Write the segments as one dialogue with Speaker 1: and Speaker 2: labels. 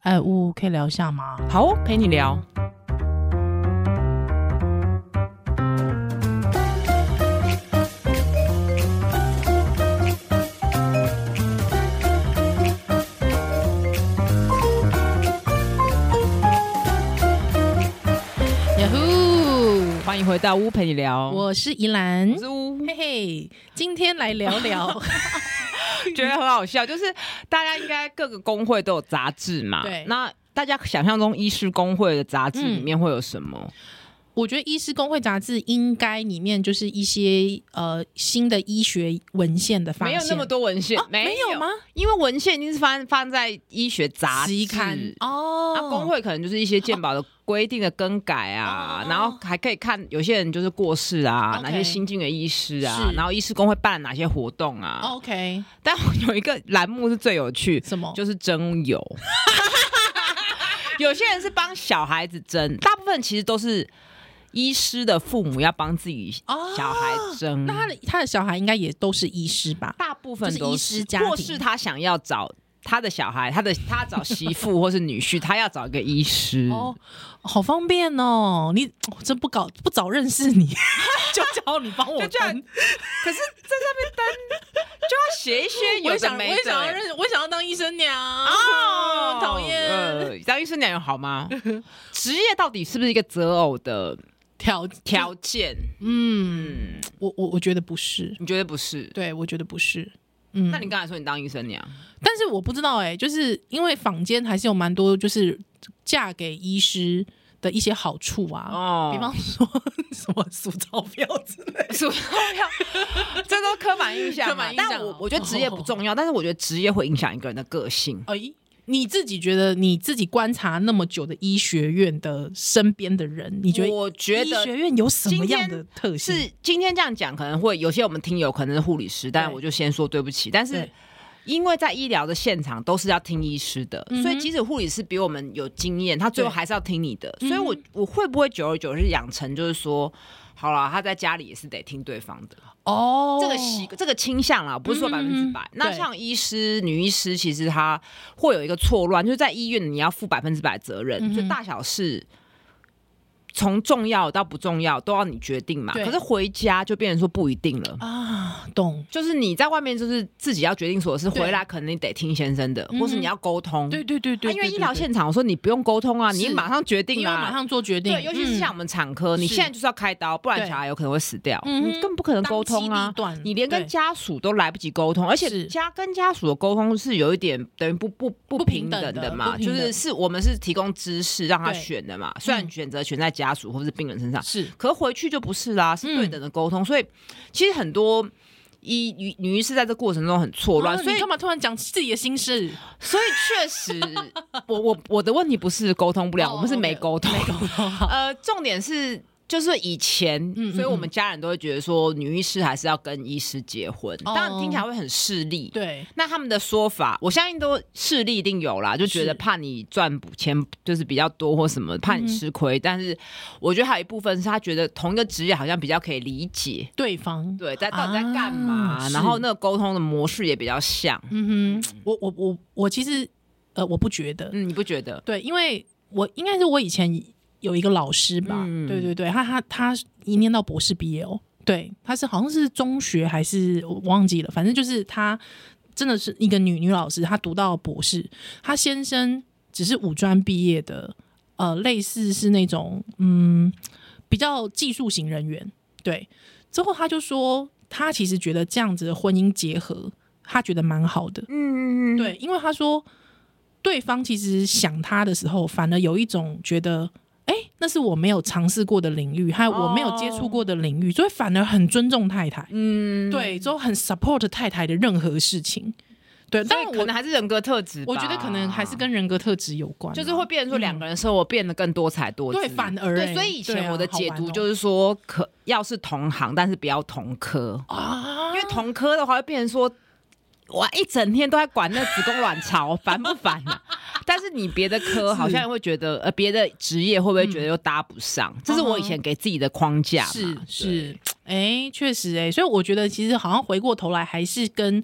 Speaker 1: 哎，呜，可以聊一下吗？
Speaker 2: 好哦，陪你聊。
Speaker 1: Yahoo，
Speaker 2: 欢迎回到屋陪你聊，
Speaker 1: 我是宜兰
Speaker 2: 我，是屋，
Speaker 1: 嘿嘿，今天来聊聊，
Speaker 2: 觉得很好笑。就是大家应该各个工会都有杂志嘛，
Speaker 1: 对
Speaker 2: 那大家想象中医师工会的杂志里面会有什么？
Speaker 1: 嗯我觉得《医师工会杂志》应该里面就是一些呃新的医学文献的发
Speaker 2: 没
Speaker 1: 现，
Speaker 2: 有那么多文献，
Speaker 1: 啊，没有吗？？
Speaker 2: 因为文献已经是发发在医学杂
Speaker 1: 期
Speaker 2: 志
Speaker 1: 刊哦，
Speaker 2: 那工会可能就是一些健保的规定的更改啊，
Speaker 1: 哦
Speaker 2: 然后还可以看有些人就是过世啊，
Speaker 1: OK
Speaker 2: 哪些新进的医师啊，
Speaker 1: 是哦
Speaker 2: 然后医师工会办了哪些活动啊。
Speaker 1: OK
Speaker 2: 但有一个栏目是最有趣，
Speaker 1: 什么？
Speaker 2: 就是征 友。有些人是帮小孩子征，大部分其实都是医师的父母要帮自己
Speaker 1: 哦
Speaker 2: 小孩征。
Speaker 1: 那他的他的小孩应该也都是医师吧？
Speaker 2: 大部分
Speaker 1: 就是
Speaker 2: 都
Speaker 1: 医师家庭
Speaker 2: 或是他想要找他的小孩，他的他找媳妇 或是女婿，他要找一个医师。
Speaker 1: 哦，好方便哦！你哦真不搞不早认识你，就叫你帮我
Speaker 2: 就这样
Speaker 1: 登。
Speaker 2: 可是在上面登就要写一些
Speaker 1: 我也
Speaker 2: 有的
Speaker 1: 想，我
Speaker 2: 没
Speaker 1: 也想要
Speaker 2: 的。
Speaker 1: 认，我也想要当医生娘
Speaker 2: 哦
Speaker 1: 嗯 讨厌
Speaker 2: 呃当医生娘有 好吗？职业到底是不是一个择偶的
Speaker 1: 条
Speaker 2: 条，件？
Speaker 1: 嗯，
Speaker 2: 嗯，
Speaker 1: 我我我觉得不是，
Speaker 2: 你觉得不是？
Speaker 1: 对我觉得不是。嗯，
Speaker 2: 那你刚才说你当医生娘，
Speaker 1: 但是我不知道哎、就是因为坊间还是有蛮多就是嫁给医师的一些好处啊，
Speaker 2: 哦
Speaker 1: 比 方说 什么数钞票之类的，
Speaker 2: 是不是这都刻板印象嘛。
Speaker 1: 刻板印象哦
Speaker 2: 但我我觉得职业不重要，但是我觉得职业会影响一个人的个性。
Speaker 1: 哎、你自己觉得你自己观察那么久的医学院的身边的人，你觉得
Speaker 2: 我觉
Speaker 1: 医学
Speaker 2: 得
Speaker 1: 院有什么样的特性？
Speaker 2: 是今天这样讲，可能会有些我们听友可能是护理师，但
Speaker 1: 对
Speaker 2: 我就先说对不起。但是
Speaker 1: 对
Speaker 2: 因为在医疗的现场都是要听医师的，
Speaker 1: 嗯哼
Speaker 2: 所以即使护理师比我们有经验，他最后
Speaker 1: 对
Speaker 2: 还是要听你的。
Speaker 1: 嗯哼
Speaker 2: 所以我我会不会久而久之养成就是说，好了，他在家里也是得听对方的。
Speaker 1: 哦，
Speaker 2: 这个习这个倾向啦，不是说百分之百。
Speaker 1: 嗯嗯嗯
Speaker 2: 那
Speaker 1: 对
Speaker 2: 像医师、女医师，其实她会有一个错乱，就是在医院你要负百分之百责任，
Speaker 1: 嗯哼
Speaker 2: 就大小事。从重要到不重要都要你决定嘛，
Speaker 1: 对
Speaker 2: 可是回家就变成说不一定了，
Speaker 1: 啊，懂？
Speaker 2: 就是你在外面就是自己要决定所有事，
Speaker 1: 对
Speaker 2: 回来可能你得听先生的，
Speaker 1: 嗯哼
Speaker 2: 或是你要沟通。
Speaker 1: 对对对对
Speaker 2: 啊因为
Speaker 1: 对
Speaker 2: 医疗
Speaker 1: 对
Speaker 2: 现场，我说你不用沟通啊，
Speaker 1: 是
Speaker 2: 你马上决定
Speaker 1: 你要
Speaker 2: 啦，
Speaker 1: 马上做决定，嗯
Speaker 2: 对，尤其是像我们产科，你
Speaker 1: 是
Speaker 2: 现在就是要开刀，不然
Speaker 1: 对
Speaker 2: 小孩有可能会死掉，
Speaker 1: 嗯哼
Speaker 2: 你更不可能沟通啊。
Speaker 1: 段，
Speaker 2: 你连跟
Speaker 1: 嗯对
Speaker 2: 家属都来不及沟通，而且
Speaker 1: 是
Speaker 2: 家跟家属的沟通是有一点等于不不不
Speaker 1: 不
Speaker 2: 平
Speaker 1: 平
Speaker 2: 等
Speaker 1: 等的
Speaker 2: 的嘛，
Speaker 1: 不平
Speaker 2: 就
Speaker 1: 等
Speaker 2: 是是我们是提供知识让他
Speaker 1: 对
Speaker 2: 选的嘛，虽然
Speaker 1: 嗯
Speaker 2: 选择权在家属或是病人身上，
Speaker 1: 是
Speaker 2: 可回去就不是啦，
Speaker 1: 嗯
Speaker 2: 是对等的沟通，所以其实很多。医女女医师在这过程中很错乱，
Speaker 1: 啊
Speaker 2: 所 以
Speaker 1: 你干嘛突然讲自己的心事？
Speaker 2: 所以确实，我我我的问题不是沟通不了，
Speaker 1: 哦
Speaker 2: 我们是没
Speaker 1: OK，
Speaker 2: 沟通，
Speaker 1: 好
Speaker 2: 呃，重点是。就是以前，
Speaker 1: 嗯嗯
Speaker 2: 所以我们家人都会觉得说，女医师还是要跟医师结婚，
Speaker 1: 哦
Speaker 2: 当然听起来会很势利。
Speaker 1: 对，
Speaker 2: 那他们的说法，我相信都势利一定有啦，就觉得
Speaker 1: 是
Speaker 2: 怕你赚补钱就是比较多或什么，怕你吃
Speaker 1: 嗯
Speaker 2: 亏。但是我觉得还有一部分是他觉得同一个职业好像比较可以理解，
Speaker 1: 对方，
Speaker 2: 对，在到底在干嘛，
Speaker 1: 啊是
Speaker 2: 然后那个沟通的模式也比较像。
Speaker 1: 嗯哼，我我我我其实呃，我不觉得，
Speaker 2: 嗯，你不觉得？
Speaker 1: 对，因为我应该是我以前有一个老师吧，
Speaker 2: 嗯
Speaker 1: 对对对，他他他一念到博士毕业哦，对，他是好像是中学还是我忘记了，反正就是他真的是一个女女老师，她读到博士，她先生只是五专毕业的，呃，类似是那种嗯比较技术型人员，对，之后他就说他其实觉得这样子的婚姻结合，他觉得蛮好的，
Speaker 2: 嗯，
Speaker 1: 对，因为他说对方其实想他的时候，反而有一种觉得，哎、那是我没有尝试过的领域，还有我没有接触过的领域，所以反而很尊重太太，
Speaker 2: 哦嗯，
Speaker 1: 对，之后很 support 太太的任何事情，对，
Speaker 2: 所
Speaker 1: 但
Speaker 2: 以可
Speaker 1: 我
Speaker 2: 能还是人格特质吧。
Speaker 1: 我觉得可能还是跟人格特质有关啊，
Speaker 2: 就是会变成说两个人生活变得更多彩多姿。
Speaker 1: 对，反而、
Speaker 2: 对，
Speaker 1: 欸
Speaker 2: 所以以
Speaker 1: 对
Speaker 2: 前
Speaker 1: 啊
Speaker 2: 我的解读就是是说，可要是同行，但是不要同科，
Speaker 1: 啊
Speaker 2: 因为同科的话会变成说，我一整天都在管那子宫卵巢，烦不烦啊？但是你别的科好像会觉得，呃，别的职业会不会觉得又搭不上？这是我以前给自己的框架嘛。
Speaker 1: 嗯是
Speaker 2: 对，
Speaker 1: 是，哎、确实哎、所以我觉得其实好像回过头来还是跟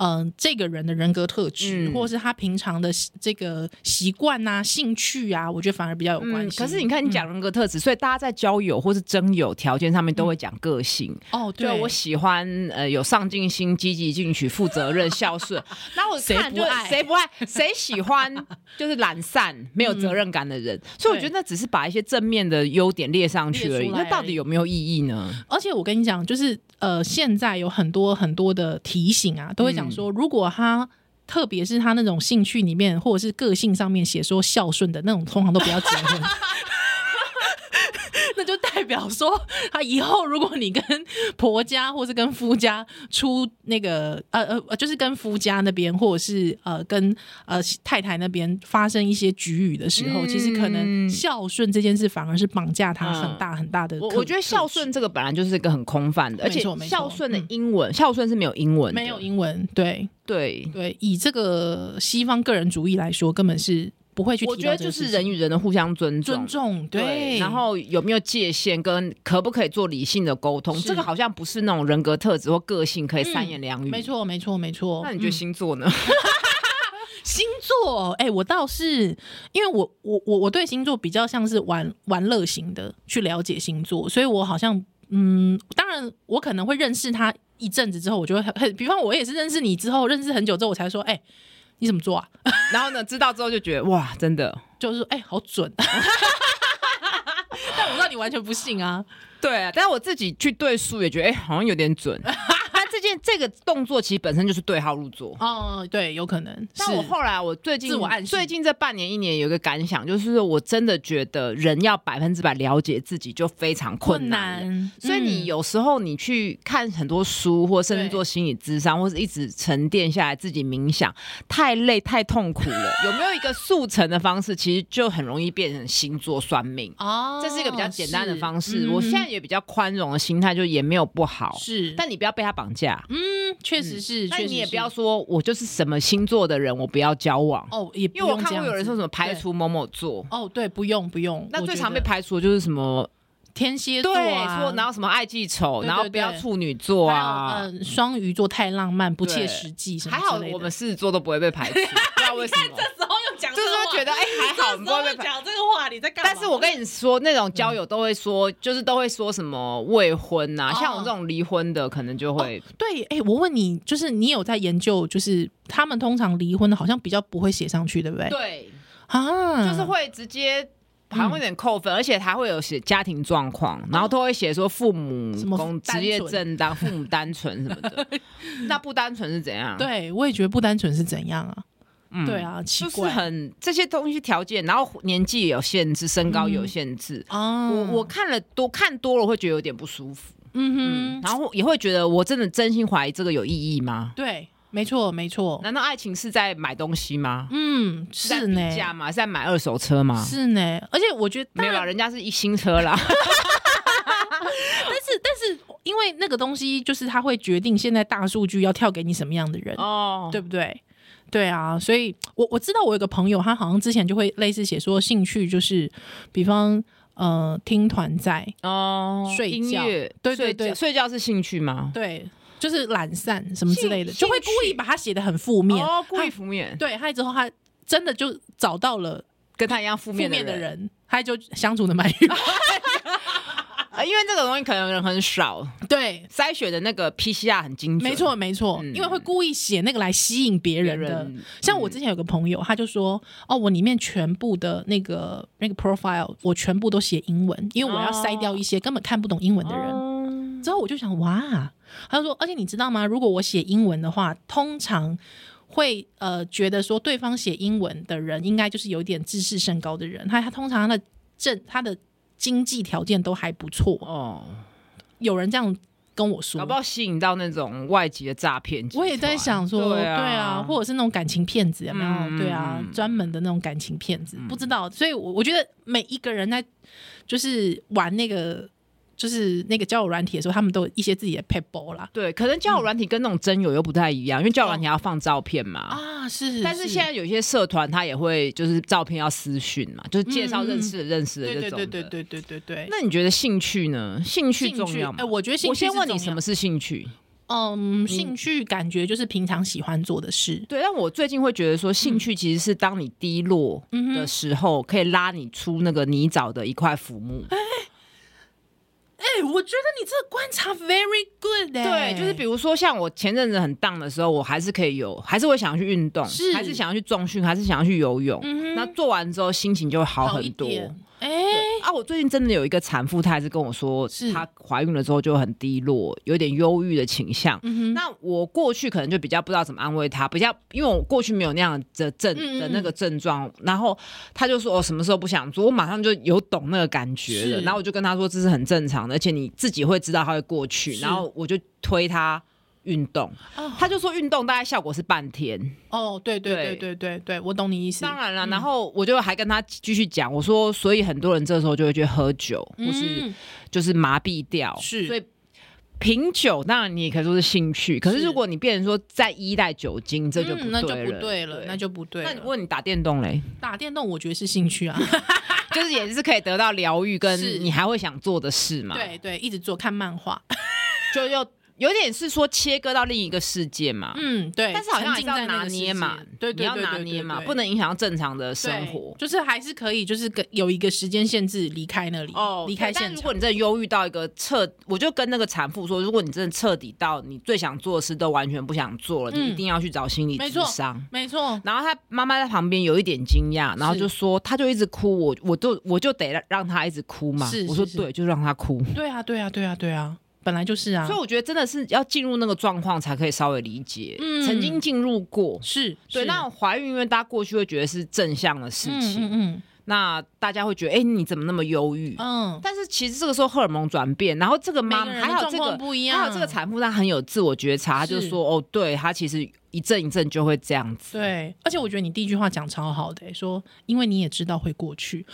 Speaker 1: 嗯、这个人的人格特质，
Speaker 2: 嗯
Speaker 1: 或者是他平常的习这个习惯啊、兴趣啊，我觉得反而比较有关
Speaker 2: 嗯，
Speaker 1: 系。
Speaker 2: 可是你看，你讲人格特质，所以大家在交友或是征友条件上面都会讲个性。
Speaker 1: 哦，嗯对
Speaker 2: 就，我喜欢呃有上进心、积极进取、负责任、孝顺。那我
Speaker 1: 谁
Speaker 2: 看
Speaker 1: 不
Speaker 2: 就
Speaker 1: 爱
Speaker 2: 谁不爱，谁喜 欢就是懒散、没有责任感的人。所以我觉得那只是把一些正面的优点嗯列上去而
Speaker 1: 列
Speaker 2: 已。
Speaker 1: 出来
Speaker 2: 那到底有没有意义呢？
Speaker 1: 而且我跟你讲，就是呃，现在有很多很多的提醒啊，都会讲
Speaker 2: 嗯
Speaker 1: 说，如果他。特别是他那种兴趣里面，或者是个性上面写说孝顺的那种，通常都不要结婚。 那就代表说，他以后如果你跟婆家或是跟夫家出那个呃呃，呃就是跟夫家那边，或者是呃跟呃太太那边发生一些局语的时候，其实可能
Speaker 2: 嗯
Speaker 1: 孝顺这件事反而是绑架他很大很大的特。
Speaker 2: 我我觉得孝
Speaker 1: 特质
Speaker 2: 顺这个本来就是一个很空泛的，而
Speaker 1: 没错
Speaker 2: 且
Speaker 1: 没错
Speaker 2: 孝顺的
Speaker 1: 嗯
Speaker 2: 英文，孝顺是没有英文的，
Speaker 1: 没有英文，对
Speaker 2: 对。
Speaker 1: 对，以这个西方个人主义来说，根本是不会去提到
Speaker 2: 我觉得
Speaker 1: 这
Speaker 2: 就
Speaker 1: 个事
Speaker 2: 是
Speaker 1: 情
Speaker 2: 人与人的互相尊重
Speaker 1: 尊。重，
Speaker 2: 对，
Speaker 1: 对，
Speaker 2: 然后有没有界限，跟可不可以做理性的沟通，
Speaker 1: 是
Speaker 2: 这个好像不是那种人格特质或个性可以三言两语。
Speaker 1: 没，错，没错，没错。
Speaker 2: 那你觉得
Speaker 1: 嗯
Speaker 2: 星座呢？
Speaker 1: 星座？哎、我倒是因为我我我我对星座比较像是玩玩乐型的去了解星座，所以我好像嗯，当然我可能会认识他一阵子之后，我就会很很，比方我也是认识你之后，认识很久之后，我才说，哎、你怎么做啊？
Speaker 2: 然后呢，知道之后就觉得哇，真的，
Speaker 1: 就是哎、好准。 但我知道你完全不信啊，
Speaker 2: 对啊。但是我自己去对数也觉得，哎、好像有点 准。但这件这个动作其实本身就是对号入座。
Speaker 1: 哦，对，有可能。
Speaker 2: 但我
Speaker 1: 是
Speaker 2: 后来，我最近
Speaker 1: 自我暗示
Speaker 2: 最近这半年一年有一个感想，就是我真的觉得人要百分之百了解自己就非常困难了。
Speaker 1: 嗯
Speaker 2: 所以你
Speaker 1: 有
Speaker 2: 有时候你去看很多书，或甚至
Speaker 1: 对
Speaker 2: 做心理咨商，或是一直沉淀下来自己冥想，太累太痛苦了。有没有一个速成的方式？其实就很容易变成星座算命，
Speaker 1: 哦
Speaker 2: 这是一个比较简单的方式。
Speaker 1: 是嗯
Speaker 2: 我现在也比较宽容的心态，就也没有不好，
Speaker 1: 是，
Speaker 2: 但你不要被他绑架。
Speaker 1: 嗯，确实是，
Speaker 2: 那
Speaker 1: 确实
Speaker 2: 你也
Speaker 1: 是
Speaker 2: 不要说我就是什么星座的人，我不要交往。
Speaker 1: 哦，也
Speaker 2: 因为我看
Speaker 1: 过
Speaker 2: 过有人说什么排除某某座，
Speaker 1: 哦，对，不用不用，
Speaker 2: 那
Speaker 1: 我
Speaker 2: 最
Speaker 1: 觉
Speaker 2: 常被
Speaker 1: 得
Speaker 2: 排除的就是什么
Speaker 1: 天蝎座
Speaker 2: 对，
Speaker 1: 啊，
Speaker 2: 说然后什么爱记仇，
Speaker 1: 对
Speaker 2: 然后
Speaker 1: 对
Speaker 2: 不要
Speaker 1: 对
Speaker 2: 处女座啊，
Speaker 1: 还有嗯，双鱼座太浪漫，不切
Speaker 2: 对
Speaker 1: 实际什么
Speaker 2: 还好
Speaker 1: 之类
Speaker 2: 我
Speaker 1: 的
Speaker 2: 们狮子座都不会 被排除，不知道为什么，
Speaker 1: 时候又讲
Speaker 2: 就是会觉得哎、还好我们不会被排除。
Speaker 1: 讲嗯这个话，你在干
Speaker 2: 但是我跟你说，那种交友都会说，就是都会说什么未婚呐、
Speaker 1: 哦
Speaker 2: 像我这种离婚的，可能就会、
Speaker 1: 对，哎，我问你，就是你有在研究，就是他们通常离婚的，好像比较不会写上去，对不对？
Speaker 2: 对，
Speaker 1: 啊，
Speaker 2: 就是会直接。好像有点扣
Speaker 1: 嗯
Speaker 2: 分，而且还会有写家庭状况，然后都会写说父母
Speaker 1: 哦什么
Speaker 2: 工
Speaker 1: 单
Speaker 2: 职业
Speaker 1: 纯
Speaker 2: 正当、父母单纯什么的。 那不单纯是怎样？，
Speaker 1: 对，我也觉得不单纯是怎样啊？
Speaker 2: 嗯
Speaker 1: 对，啊，奇
Speaker 2: 就是
Speaker 1: 怪
Speaker 2: 很这些东西条件，然后年纪也有限制，身高也有
Speaker 1: 嗯
Speaker 2: 限制，
Speaker 1: 啊，
Speaker 2: 我我看了多看多了会觉得有点不舒服，
Speaker 1: 嗯
Speaker 2: 嗯，
Speaker 1: 哼，
Speaker 2: 然后也会觉得我真的真心怀疑这个有意义吗？
Speaker 1: 对，没错没错，
Speaker 2: 难道爱情是在买东西吗？
Speaker 1: 嗯，
Speaker 2: 在
Speaker 1: 是
Speaker 2: 比
Speaker 1: 呢，
Speaker 2: 价吗？是在买二手车吗？
Speaker 1: 是呢，而且我觉得
Speaker 2: 没有啦，人家是一新车 啦。
Speaker 1: 但是但是因为那个东西就是它会决定现在大数据要跳给你什么样的人，
Speaker 2: 哦，
Speaker 1: 对不对？对啊，所以我我知道我有个朋友，他好像之前就会类似写说兴趣就是，比方呃听团在，
Speaker 2: 哦，
Speaker 1: 睡觉
Speaker 2: 音乐，
Speaker 1: 对对
Speaker 2: 睡觉
Speaker 1: 对
Speaker 2: 睡觉是兴趣吗？
Speaker 1: 对，就是懒散什么之类的，
Speaker 2: 兴
Speaker 1: 就会故意把它写的很负面，
Speaker 2: 哦，故意负面，
Speaker 1: 对，害之后他真的就找到了
Speaker 2: 跟他一样负
Speaker 1: 负
Speaker 2: 面
Speaker 1: 面的
Speaker 2: 人，
Speaker 1: 人，他就相处的蛮愉快，
Speaker 2: 啊因为这个东西可能人很少，
Speaker 1: 对，
Speaker 2: 筛选的那个 PCR 很精准，
Speaker 1: 没，错，没错，
Speaker 2: 嗯
Speaker 1: 因为会故意写那个来吸引别人的。
Speaker 2: 人嗯
Speaker 1: 像我之前有个朋友，他就说：“哦，我里面全部的那个那个 profile，我全部都写英文，因为我要筛
Speaker 2: 哦
Speaker 1: 掉一些根本看不懂英文的人。
Speaker 2: 人
Speaker 1: 之后我就想，哇，他就说，而且你知道吗？如果我写英文的话，通常会呃觉得说对方写英文的人应该就是有点自视甚高的人，他他通常他的正他的经济条件都还不错，
Speaker 2: 哦，
Speaker 1: 有人这样跟我说
Speaker 2: 搞不。好吸引到那种外籍的诈骗集团。
Speaker 1: 我也在想说，
Speaker 2: 对
Speaker 1: 对
Speaker 2: 啊，
Speaker 1: 啊，或者是那种感情骗子有没有？
Speaker 2: 嗯
Speaker 1: 对啊，专门的那种感情骗子，不知道。所以我，我觉得每一个人在就是玩那个就是那个交友软体的时候，他们都有一些自己的 p e b l e 啦。
Speaker 2: 对，可能交友软体跟那种真友又不太一样，因为交友软体要放照片嘛。
Speaker 1: 嗯啊，是，
Speaker 2: 但是现在有些社团他也会就是照片要私讯嘛，就是介
Speaker 1: 嗯
Speaker 2: 绍
Speaker 1: 嗯嗯
Speaker 2: 认识的、认识的
Speaker 1: 对
Speaker 2: 这
Speaker 1: 对
Speaker 2: 种
Speaker 1: 对
Speaker 2: 的。
Speaker 1: 对对对对对。
Speaker 2: 那你觉得兴趣呢？兴趣
Speaker 1: 兴
Speaker 2: 重
Speaker 1: 趣，
Speaker 2: 要
Speaker 1: 哎、
Speaker 2: 吗？
Speaker 1: 我觉得兴
Speaker 2: 我
Speaker 1: 趣
Speaker 2: 先
Speaker 1: 是
Speaker 2: 问你
Speaker 1: 重要
Speaker 2: 什么？是兴趣？
Speaker 1: 嗯，兴趣感觉就是平常喜欢做的事。
Speaker 2: 对，但我最近会觉得说，兴趣其实是当你低落
Speaker 1: 嗯
Speaker 2: 的
Speaker 1: 哼，
Speaker 2: 时候，可以拉你出那个泥沼的一块浮木。
Speaker 1: 哎、我觉得你这个观察 very good 哎、
Speaker 2: 对，就是比如说像我前阵子很荡的时候，我还是可以有，还是会想要去运动，
Speaker 1: 是
Speaker 2: 还是想要去重训，还是想要去游泳。
Speaker 1: 嗯哼
Speaker 2: 那做完之后心情就会好
Speaker 1: 好一
Speaker 2: 很多。
Speaker 1: 点哎、
Speaker 2: 啊，我最近真的有一个产妇，她还是跟我说
Speaker 1: 是，
Speaker 2: 她怀孕了之后就很低落，有点忧郁的倾向。
Speaker 1: 嗯哼，
Speaker 2: 那我过去可能就比较不知道怎么安慰她，比较因为我过去没有那样的症
Speaker 1: 嗯嗯嗯
Speaker 2: 的那个症状，然后她就说我、哦什么时候不想做，我马上就有懂那个感觉了，
Speaker 1: 是
Speaker 2: 然后我就跟她说这是很正常的，而且你自己会知道它会过去，
Speaker 1: 是
Speaker 2: 然后我就推她运动，
Speaker 1: 哦
Speaker 2: 她就说运动大概效果是半天，
Speaker 1: 哦，对对对
Speaker 2: 对
Speaker 1: 对对对，我懂你意思。
Speaker 2: 当然了，
Speaker 1: 嗯
Speaker 2: 然后我就还跟她继续讲，我说所以很多人这时候就会去喝酒，或是
Speaker 1: 嗯
Speaker 2: 就是麻痹掉，
Speaker 1: 是
Speaker 2: 所以。品酒当然你也可以说是兴趣，可是
Speaker 1: 是
Speaker 2: 如果你变成说再依赖酒精，这就不
Speaker 1: 嗯
Speaker 2: 对
Speaker 1: 那
Speaker 2: 了。
Speaker 1: 就不对了，那就不对
Speaker 2: 那
Speaker 1: 了。
Speaker 2: 你问你打电动 嘞，
Speaker 1: 打电动，我觉得是兴趣啊。
Speaker 2: 就是也是可以得到疗愈，跟
Speaker 1: 是
Speaker 2: 你还会想做的事 嘛？，
Speaker 1: 对对，一直做看漫画。
Speaker 2: 就又有点是说切割到另一个世界嘛。
Speaker 1: 嗯，对。
Speaker 2: 但是好
Speaker 1: 沉
Speaker 2: 像还是
Speaker 1: 浸在那
Speaker 2: 要
Speaker 1: 个
Speaker 2: 拿
Speaker 1: 世
Speaker 2: 捏嘛
Speaker 1: 界，对
Speaker 2: 你
Speaker 1: 对
Speaker 2: 要
Speaker 1: 对
Speaker 2: 拿
Speaker 1: 对
Speaker 2: 捏
Speaker 1: 对
Speaker 2: 嘛，
Speaker 1: 对
Speaker 2: 不能影响到正常的生
Speaker 1: 对
Speaker 2: 活。
Speaker 1: 就是还是可以，就是跟有一个时间限制离开那里，离开
Speaker 2: 对但
Speaker 1: 现
Speaker 2: 如
Speaker 1: 场。
Speaker 2: 果你真的忧郁到一个彻，我就跟那个产妇说，如果你真的彻底到你最想做的事都完全不想做了，
Speaker 1: 嗯
Speaker 2: 你一定要去找心理
Speaker 1: 没
Speaker 2: 咨
Speaker 1: 错
Speaker 2: 商。
Speaker 1: 没错，
Speaker 2: 然后他妈妈在旁边有一点惊讶，然后就说，他就一直哭，我我就我就得让让他一直哭嘛。
Speaker 1: 是
Speaker 2: 我说
Speaker 1: 是是
Speaker 2: 对，就让他哭。
Speaker 1: 对啊，对啊，对啊，对啊，本来就是啊
Speaker 2: 所以，我觉得真的是要进入那个状况才可以稍微理解，
Speaker 1: 嗯
Speaker 2: 曾经进入过。
Speaker 1: 是
Speaker 2: 对，
Speaker 1: 是
Speaker 2: 那怀孕，因为大家过去会觉得是正向的事
Speaker 1: 嗯
Speaker 2: 情，
Speaker 1: 嗯
Speaker 2: 那大家会觉得，哎、你怎么那么忧郁？
Speaker 1: 嗯嗯，
Speaker 2: 但是其实这个时候荷尔蒙转变，然后这个
Speaker 1: 每
Speaker 2: 妈
Speaker 1: 个
Speaker 2: 妈
Speaker 1: 人
Speaker 2: 还
Speaker 1: 的
Speaker 2: 有
Speaker 1: 状
Speaker 2: 这
Speaker 1: 况
Speaker 2: 个
Speaker 1: 不一样，
Speaker 2: 还有这个产妇，她很有自我觉察，她就是说哦，对，她其实一阵一阵就会这样子。
Speaker 1: 对，而且我觉得你第一句话讲超好的、欸说因为你也知道会过去，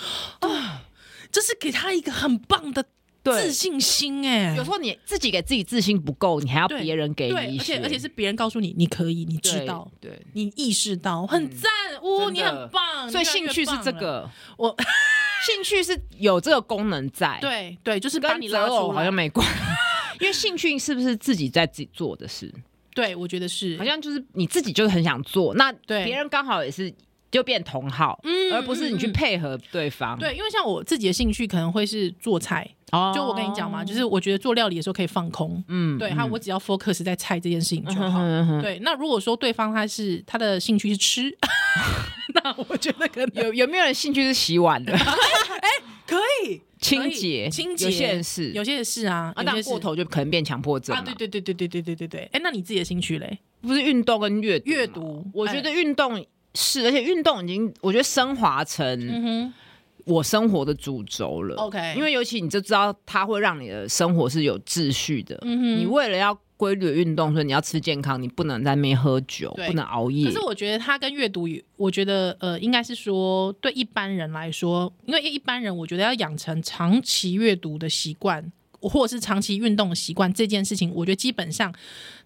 Speaker 1: 啊，这是给他一个很棒的自信心哎、
Speaker 2: 有时候你自己给自己自信不够，你还要
Speaker 1: 对
Speaker 2: 别人给
Speaker 1: 对，
Speaker 2: 你一
Speaker 1: 而
Speaker 2: 些，
Speaker 1: 且而且是别人告诉你你可以，你知道，
Speaker 2: 对。对
Speaker 1: 你意识到，很赞，哦，你很棒，
Speaker 2: 所
Speaker 1: 你越来
Speaker 2: 以兴
Speaker 1: 越
Speaker 2: 趣是
Speaker 1: 棒
Speaker 2: 这
Speaker 1: 了，
Speaker 2: 个，
Speaker 1: 我
Speaker 2: 兴趣是有这个功能在，，
Speaker 1: 对对，就是把
Speaker 2: 跟
Speaker 1: 你拉
Speaker 2: 择
Speaker 1: 出
Speaker 2: 偶
Speaker 1: 来
Speaker 2: 好像没关， 因为兴趣是不是自己在自己做的事，
Speaker 1: 对，我觉得是
Speaker 2: 好像就是你自己就是很想做，那
Speaker 1: 对
Speaker 2: 别人刚好也是就变同好，
Speaker 1: 嗯
Speaker 2: 而不是你去
Speaker 1: 嗯嗯
Speaker 2: 配合对方。，
Speaker 1: 对，因为像我自己的兴趣可能会是做菜，
Speaker 2: 哦
Speaker 1: 就我跟你讲嘛，就是我觉得做料理的时候可以放空，
Speaker 2: 嗯
Speaker 1: 对，还有我只要 focus 在菜这件事情就好。
Speaker 2: 好。
Speaker 1: 对，那如果说对方他是他的兴趣是吃， 那我觉得可能
Speaker 2: 有有没有人兴趣是洗碗 的
Speaker 1: 可以
Speaker 2: 清洁？
Speaker 1: 清洁
Speaker 2: 有些人是，
Speaker 1: 有些也是啊，有
Speaker 2: 啊，
Speaker 1: 些
Speaker 2: 但
Speaker 1: 是
Speaker 2: 过头就可能变强迫症
Speaker 1: 啊，
Speaker 2: 嘛。
Speaker 1: 对对对对对对对对对。哎，那你自己的兴趣嘞？
Speaker 2: 不是运动跟阅读嘛
Speaker 1: 阅读
Speaker 2: 我
Speaker 1: 哎
Speaker 2: 觉得运动是，而且运动已经我觉得升华成
Speaker 1: 嗯
Speaker 2: 我生活的主轴了。
Speaker 1: OK
Speaker 2: 因为尤其你就知道它会让你的生活是有秩序的。
Speaker 1: 嗯哼
Speaker 2: 你为了要规律的运动，所以你要吃健康，你不能在那边喝酒，
Speaker 1: 对
Speaker 2: 不能熬
Speaker 1: 哼，
Speaker 2: 夜
Speaker 1: 可是。我觉得它跟阅读有，我觉得呃，应该是说对一般人来说，因为一般人我觉得要养成长期阅读的习惯，或者是长期运动的习惯这件事情，我觉得基本上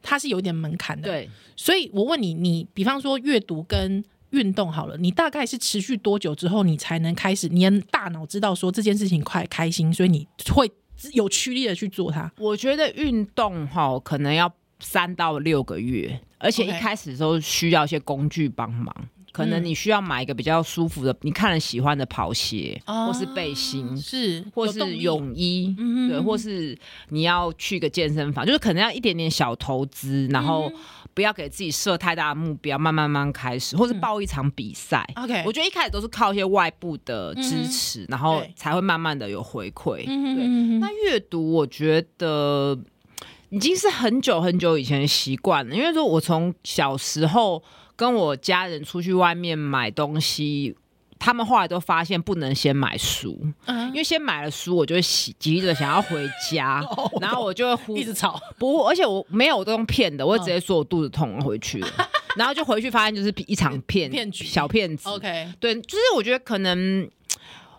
Speaker 1: 它是有点门槛的。
Speaker 2: 对，
Speaker 1: 所以我问你，你比方说阅读跟运动好了，你大概是持续多久之后，你才能开始？你的大脑知道说这件事情快开心，所以你会有驱力的去做它。
Speaker 2: 我觉得运动哈可能要三到六个月，而且一
Speaker 1: OK
Speaker 2: 开始的时候需要一些工具帮忙。可能
Speaker 1: 嗯
Speaker 2: 你需要买一个比较舒服的，你看了喜欢的跑鞋，
Speaker 1: 哦
Speaker 2: 或是背心，
Speaker 1: 是，
Speaker 2: 或
Speaker 1: 有动
Speaker 2: 是
Speaker 1: 力，
Speaker 2: 泳衣，
Speaker 1: 嗯
Speaker 2: 对，或是你要去一个健身房，就是可能要一点点小投资，
Speaker 1: 嗯
Speaker 2: 然后不要给自己设太大的目标，慢慢慢慢开始，或
Speaker 1: 嗯
Speaker 2: 是报一场比赛。
Speaker 1: OK，
Speaker 2: 我觉得一开始都是靠一些外部的支持，然后
Speaker 1: 嗯对
Speaker 2: 才会慢慢的有回馈。对
Speaker 1: 嗯
Speaker 2: 那阅读，我觉得已经是很久很久以前的习惯了，因为说我从小时候跟我家人出去外面买东西。他们后来都发现不能先买书，
Speaker 1: 嗯
Speaker 2: 因为先买了书，我就会喜急着想要回 家，然后我就会忽
Speaker 1: 哦一直吵，
Speaker 2: 不，而且我没有，我都用骗的，我会
Speaker 1: 嗯
Speaker 2: 直接说我肚子痛我回去 了，然后就回去发现就是一场骗
Speaker 1: 骗局
Speaker 2: 小骗子。
Speaker 1: OK，
Speaker 2: 对，就是我觉得可能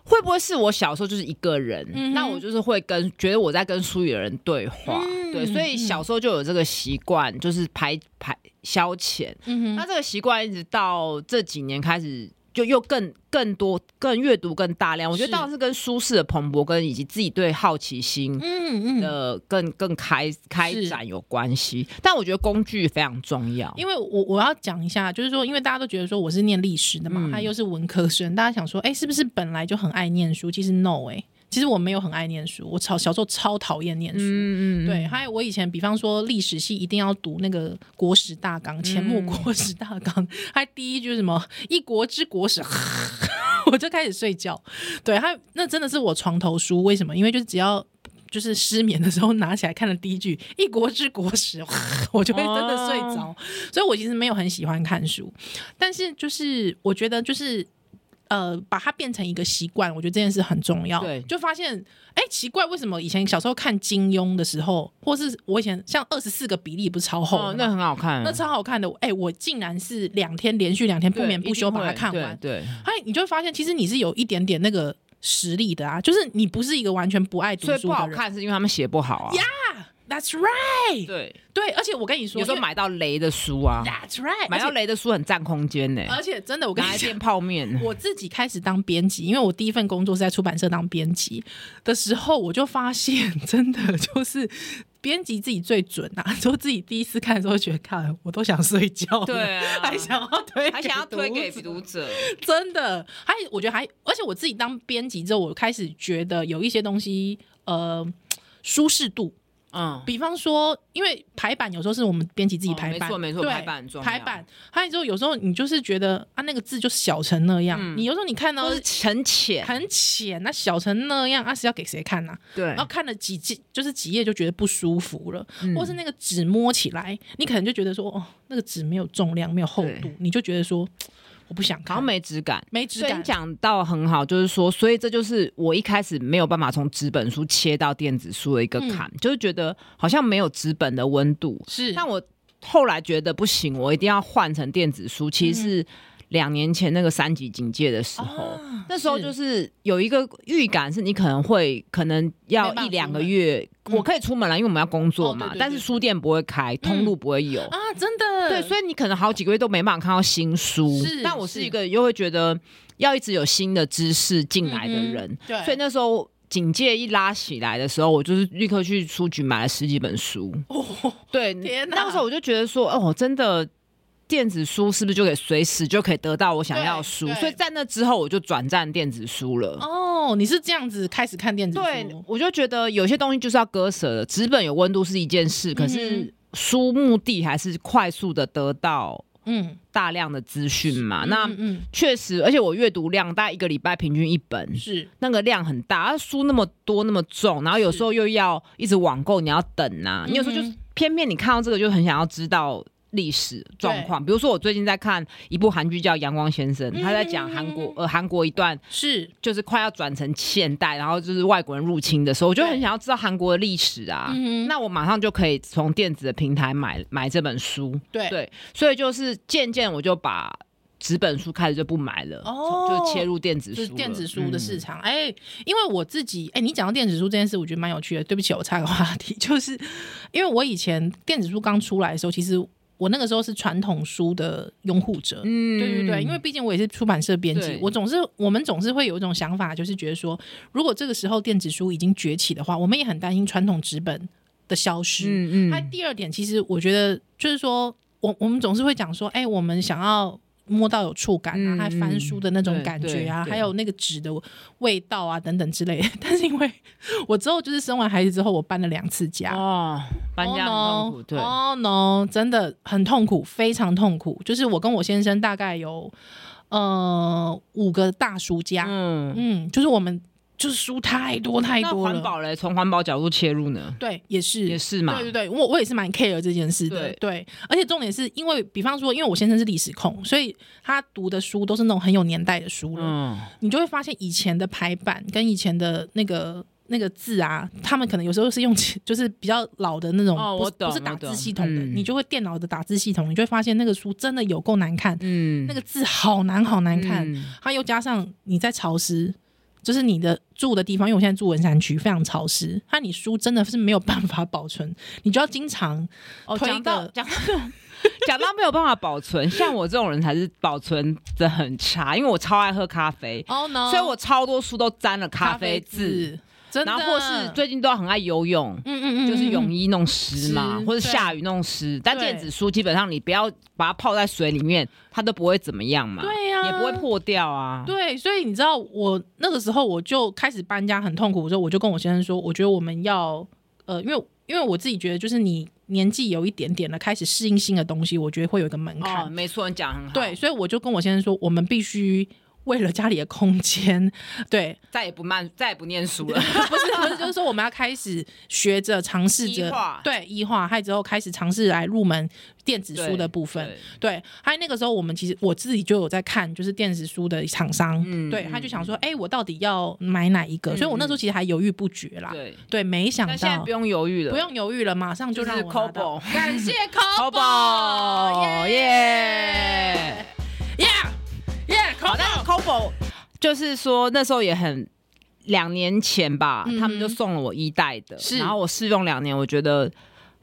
Speaker 2: 会不会是我小时候就是一个人，
Speaker 1: 嗯哼
Speaker 2: 那我就是会跟觉得我在跟书里的人对话，
Speaker 1: 嗯
Speaker 2: 对，所以小时候就有这个习惯，就是排排消遣。
Speaker 1: 嗯
Speaker 2: 那
Speaker 1: 哼，
Speaker 2: 这个习惯一直到这几年开始就又更更多、更阅读、更大量。我觉得
Speaker 1: 是
Speaker 2: 当然是跟舒适的蓬勃，跟以及自己对好奇心
Speaker 1: 嗯嗯，
Speaker 2: 的更更开开
Speaker 1: 是
Speaker 2: 展有关系。但我觉得工具非常重要，
Speaker 1: 因为我我要讲一下，就是说，因为大家都觉得说我是念历史的嘛，
Speaker 2: 嗯
Speaker 1: 他又是文科生，大家想说，哎、是不是本来就很爱念书？其实 no，哎、其实我没有很爱念书，我超小时候超讨厌念书。
Speaker 2: 嗯
Speaker 1: 对，还有我以前，比方说历史系一定要读那个国史大纲，前
Speaker 2: 嗯
Speaker 1: 目国史大纲，还第一句是什么“一国之国史”， 我就开始睡觉。对，还有那真的是我床头书，为什么？因为就是只要。就是失眠的时候拿起来看了第一句“一国之国史”， 我就会真的睡
Speaker 2: 哦
Speaker 1: 着。所以我其实没有很喜欢看书，但是就是我觉得就是呃，把它变成一个习惯，我觉得这件事很重要。
Speaker 2: 对
Speaker 1: 就发现哎、奇怪，为什么以前小时候看金庸的时候，或是我以前像二十四个比例不是超厚
Speaker 2: 哦
Speaker 1: 的，吗、
Speaker 2: 那很好看，
Speaker 1: 那超好看的，哎、我竟然是两天连续两天不
Speaker 2: 对
Speaker 1: 眠不休把它看。
Speaker 2: 一定会
Speaker 1: 完，
Speaker 2: 对，对
Speaker 1: 哎，你就会发现其实你是有一点点那个实力的啊，就是你不是一个完全不爱读
Speaker 2: 所以
Speaker 1: 书
Speaker 2: 不好
Speaker 1: 的人。
Speaker 2: 看是因为他们写不好啊。
Speaker 1: That's right，
Speaker 2: 对，
Speaker 1: 对，而且我跟你说，
Speaker 2: 有时候
Speaker 1: 因为
Speaker 2: 买到雷的书啊，
Speaker 1: That's right，
Speaker 2: 买到
Speaker 1: 而且
Speaker 2: 雷的书很占空间呢，
Speaker 1: 而且真啊的，我跟
Speaker 2: 拿来
Speaker 1: 你讲
Speaker 2: 垫。泡面。
Speaker 1: 我自己开始当编辑，因为我第一份工作是在出版社当编辑的时候，我就发现真的就是编辑自己最准啊！就自己第一次看的时候觉得，看我都想睡觉了，
Speaker 2: 对啊
Speaker 1: 还想要推，
Speaker 2: 还想要推给
Speaker 1: 读者。
Speaker 2: 读者，
Speaker 1: 真的，还我觉得还，而且我自己当编辑之后，我开始觉得有一些东西，呃，舒适度，
Speaker 2: 嗯，
Speaker 1: 比方说，因为排版有时候是我们编辑自己
Speaker 2: 哦
Speaker 1: 排版，
Speaker 2: 没错没错
Speaker 1: 对
Speaker 2: 排版很重要
Speaker 1: 排版。还有之后，有时候你就是觉得啊，那个字就小成那样，你有时候你看到
Speaker 2: 嗯都是很浅，
Speaker 1: 很浅，那小成那样，啊是要给谁看呐、
Speaker 2: 对嗯
Speaker 1: 然后看了几几就是几页就觉得不舒服了，或是那个纸摸起来，你可能就觉得说哦，那个纸没有重量，没有厚度
Speaker 2: 对，
Speaker 1: 你就觉得说我不想
Speaker 2: 好
Speaker 1: 看啊
Speaker 2: 像，没质感。
Speaker 1: 没质
Speaker 2: 所以你
Speaker 1: 感。
Speaker 2: 讲到很好，就是说，所以这就是我一开始没有办法从纸本书切到电子书的
Speaker 1: 嗯
Speaker 2: 一个坎，就是觉得好像没有纸本的温度。
Speaker 1: 是，
Speaker 2: 但我后来觉得不行，我一定要换成电子书。其实
Speaker 1: 嗯
Speaker 2: 是两年前那个三级警戒的时候，
Speaker 1: 啊
Speaker 2: 那时候
Speaker 1: 是
Speaker 2: 就是有一个预感，是你可能会可能要
Speaker 1: 没办法
Speaker 2: 一两
Speaker 1: 出
Speaker 2: 个
Speaker 1: 门
Speaker 2: 月，
Speaker 1: 嗯
Speaker 2: 我可以出门了，因为我们要工作
Speaker 1: 哦
Speaker 2: 嘛。
Speaker 1: 对对
Speaker 2: 但是
Speaker 1: 对
Speaker 2: 书店不会开，通路不会有。
Speaker 1: 啊，真的，
Speaker 2: 对，所以你可能好几个月都没办法看到新书
Speaker 1: 是。
Speaker 2: 但我是
Speaker 1: 是
Speaker 2: 一个又会觉得要一直有新的知识进来的人，
Speaker 1: 嗯哼对
Speaker 2: 所以那时候警戒一拉起来的时候，我就是立刻去书局买了十几本书。
Speaker 1: 哦，
Speaker 2: 对，
Speaker 1: 天哪
Speaker 2: 那个时候我就觉得说，哦，真的。电子书是不是就可以随时就可以得到我想要的书
Speaker 1: 对？对
Speaker 2: 所以在那之后，我就转战电子书了。
Speaker 1: 哦，你是这样子开始看电子书，
Speaker 2: 对，我就觉得有些东西就是要割舍的。纸本有温度是一件事，可
Speaker 1: 嗯
Speaker 2: 是书目的还是快速的得到
Speaker 1: 嗯，
Speaker 2: 大量的资讯嘛。那
Speaker 1: 嗯嗯
Speaker 2: 确实，而且我阅读量大概一个礼拜平均一本
Speaker 1: 嗯，是
Speaker 2: 那个量很大，啊书那么多那么重，然后有时候又要一直网购，你要等啊，你有时候就
Speaker 1: 嗯
Speaker 2: 是偏偏你看到这个就很想要知道。历史状况，比如说我最近在看一部韩剧叫《阳光先生》，
Speaker 1: 嗯
Speaker 2: 他在讲韩国呃韩国一段
Speaker 1: 是，
Speaker 2: 就是快要转成现代，然后就是外国人入侵的时候，我就
Speaker 1: 对
Speaker 2: 很想要知道韩国的历史啊。
Speaker 1: 嗯哼
Speaker 2: 那我马上就可以从电子的平台买买这本书，
Speaker 1: 对
Speaker 2: 对，所以就是渐渐我就把纸本书开始就不买了，
Speaker 1: 哦
Speaker 2: 就切入电子书
Speaker 1: 就
Speaker 2: 了，
Speaker 1: 是电子书的市
Speaker 2: 嗯。
Speaker 1: 场。哎、因为我自己，哎、你讲到电子书这件事，我觉得蛮有趣的。对不起，我岔个话题， 就是因为我以前电子书刚出来的时候，其实我那个时候是传统书的拥护者。
Speaker 2: 嗯
Speaker 1: 对对对，因为毕竟我也是出版社编辑
Speaker 2: 对，
Speaker 1: 我总是我们总是会有一种想法，就是觉得说，如果这个时候电子书已经崛起的话，我们也很担心传统纸本的消失。
Speaker 2: 嗯
Speaker 1: 还第二点，其实我觉得就是说，我我们总是会讲说，哎、我们想要摸到有触感啊，
Speaker 2: 嗯
Speaker 1: 还有翻书的那种感觉啊，
Speaker 2: 对对对
Speaker 1: 还有那个纸的味道啊等等之类的。 但是因为我之后就是生完孩子之后，我搬了两次家。
Speaker 2: 哦，搬家很痛苦，对，
Speaker 1: 哦、no，真的很痛苦，非常痛苦。就是我跟我先生大概有呃五个大书架，
Speaker 2: 嗯，
Speaker 1: 嗯就是我们就是书太多太
Speaker 2: 那
Speaker 1: 多
Speaker 2: 环
Speaker 1: 了。
Speaker 2: 保嘞，从环保角度切入呢，
Speaker 1: 对，也是
Speaker 2: 也是嘛，
Speaker 1: 对对对，我我也是蛮 care 这件事的。
Speaker 2: 对
Speaker 1: 对，而且重点是因为，比方说，因为我先生是历史控，所以他读的书都是那种很有年代的书了。
Speaker 2: 嗯，
Speaker 1: 你就会发现以前的排版跟以前的那个。那个字啊，他们可能有时候是用 就是比较老的那种，
Speaker 2: 哦
Speaker 1: 不
Speaker 2: 我
Speaker 1: 是
Speaker 2: 懂
Speaker 1: 不是打
Speaker 2: 我懂
Speaker 1: 字系统的，
Speaker 2: 嗯
Speaker 1: 你就会电脑的打字系统，你就会发现那个书真的有够难看，
Speaker 2: 嗯，
Speaker 1: 那个字好难好难看。
Speaker 2: 嗯
Speaker 1: 它又加上你在潮湿，就是你的住的地方，因为我现在住文山区，非常潮湿，那你书真的是没有办法保存，你就要经常
Speaker 2: 哦，
Speaker 1: 推
Speaker 2: 讲到
Speaker 1: 个
Speaker 2: 讲到这种讲到没有办法保存，像我这种人才是保存的很差，因为我超爱喝咖啡，
Speaker 1: 哦、no，
Speaker 2: 所以我超多书都沾了咖啡渍，，
Speaker 1: 真的，嗯
Speaker 2: 然后或是最近都很爱游泳，
Speaker 1: 嗯嗯嗯，
Speaker 2: 就是泳
Speaker 1: 衣
Speaker 2: 衣弄湿嘛，
Speaker 1: 湿
Speaker 2: 或
Speaker 1: 对
Speaker 2: 者下雨弄湿。但
Speaker 1: 对
Speaker 2: 电子书基本上你不要把它泡在水里面，它都不会怎么样嘛，
Speaker 1: 对呀、
Speaker 2: 也不会。破掉啊。
Speaker 1: 对，所以你知道我那个时候我就开始搬家很痛苦的时候，我就跟我先生说，我觉得我们要呃，因为因为我自己觉得就是你年纪有一点点了，开始适应新的东西，我觉得会有一个门槛。
Speaker 2: 哦，没错，你讲得很好。
Speaker 1: 对，，所以我就跟我先生说，我们必须为了家里的空间，对，
Speaker 2: 再也不慢，再也不念书了。
Speaker 1: 不是不是，就是说我们要开始学着尝试
Speaker 2: 医
Speaker 1: 着
Speaker 2: 化
Speaker 1: 对医化，还有之后开始尝试来入门电子书的部分。
Speaker 2: 对，
Speaker 1: 对，还有那个时候我们其实我自己就有在看，就是电子书的厂商，
Speaker 2: 嗯
Speaker 1: 对，他就想说，哎、我到底要买哪一个？所以我那时候其实还犹豫不决啦。
Speaker 2: 对。
Speaker 1: 对，没想
Speaker 2: 但现在
Speaker 1: 到
Speaker 2: 不用犹豫了，
Speaker 1: 不用犹豫了，马上就
Speaker 2: 就是
Speaker 1: 让我拿到
Speaker 2: Kobo
Speaker 1: 感 谢
Speaker 2: Kobo，
Speaker 1: Kobo，
Speaker 2: 耶！
Speaker 1: ，Yeah，Yeah，
Speaker 2: 好，但
Speaker 1: Kobo，
Speaker 2: c o b o 就是说那时候也很两年前吧，
Speaker 1: 嗯哼
Speaker 2: 他们就送了我一代的，
Speaker 1: 是
Speaker 2: 然后我试用两年，我觉得